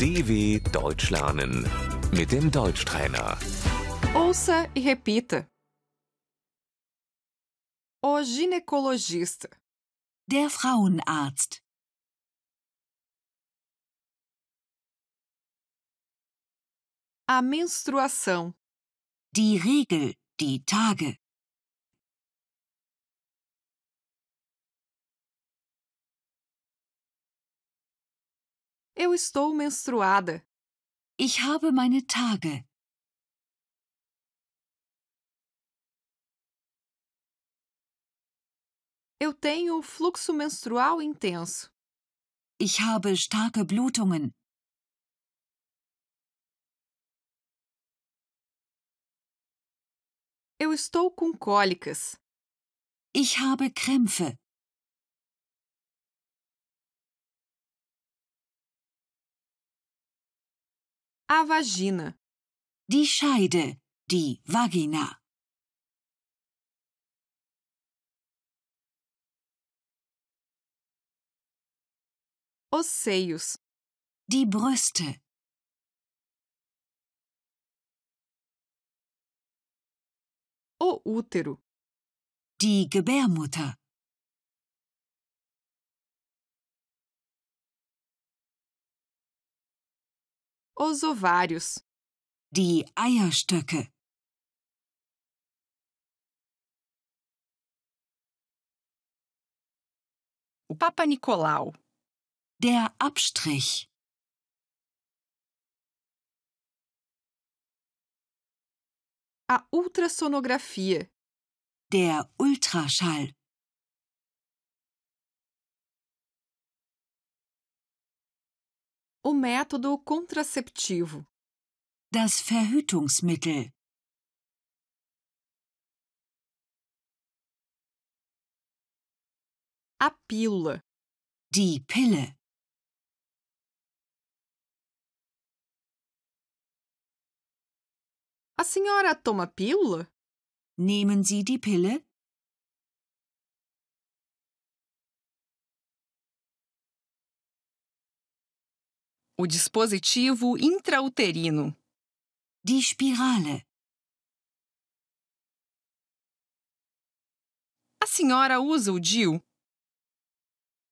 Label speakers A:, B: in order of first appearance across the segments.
A: DW Deutsch lernen mit dem Deutschtrainer.
B: Ouça e repita. O ginecologista.
C: Der Frauenarzt.
B: A menstruação.
C: Die Regel. Die Tage.
B: Eu estou menstruada.
C: Ich habe meine Tage.
B: Eu tenho fluxo menstrual intenso.
C: Ich habe starke Blutungen.
B: Eu estou com cólicas.
C: Ich habe Krämpfe.
B: A vagina.
C: Die Scheide. Die Vagina.
B: Os seios.
C: Die Brüste.
B: O útero.
C: Die Gebärmutter.
B: Os ovários.
C: Die Eierstöcke.
B: O Papa Nicolau.
C: Der Abstrich.
B: A ultrassonografia.
C: Der Ultraschall.
B: O método contraceptivo.
C: Das Verhütungsmittel.
B: A pílula.
C: Die Pille.
B: A senhora toma pílula?
C: Nehmen Sie die Pille?
D: o dispositivo intrauterino,
C: Die Spirale.
D: a senhora usa o DIU,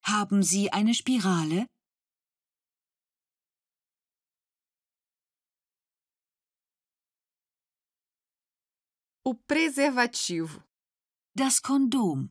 C: Haben Sie eine Spirale?
B: O preservativo.
C: Das Kondom.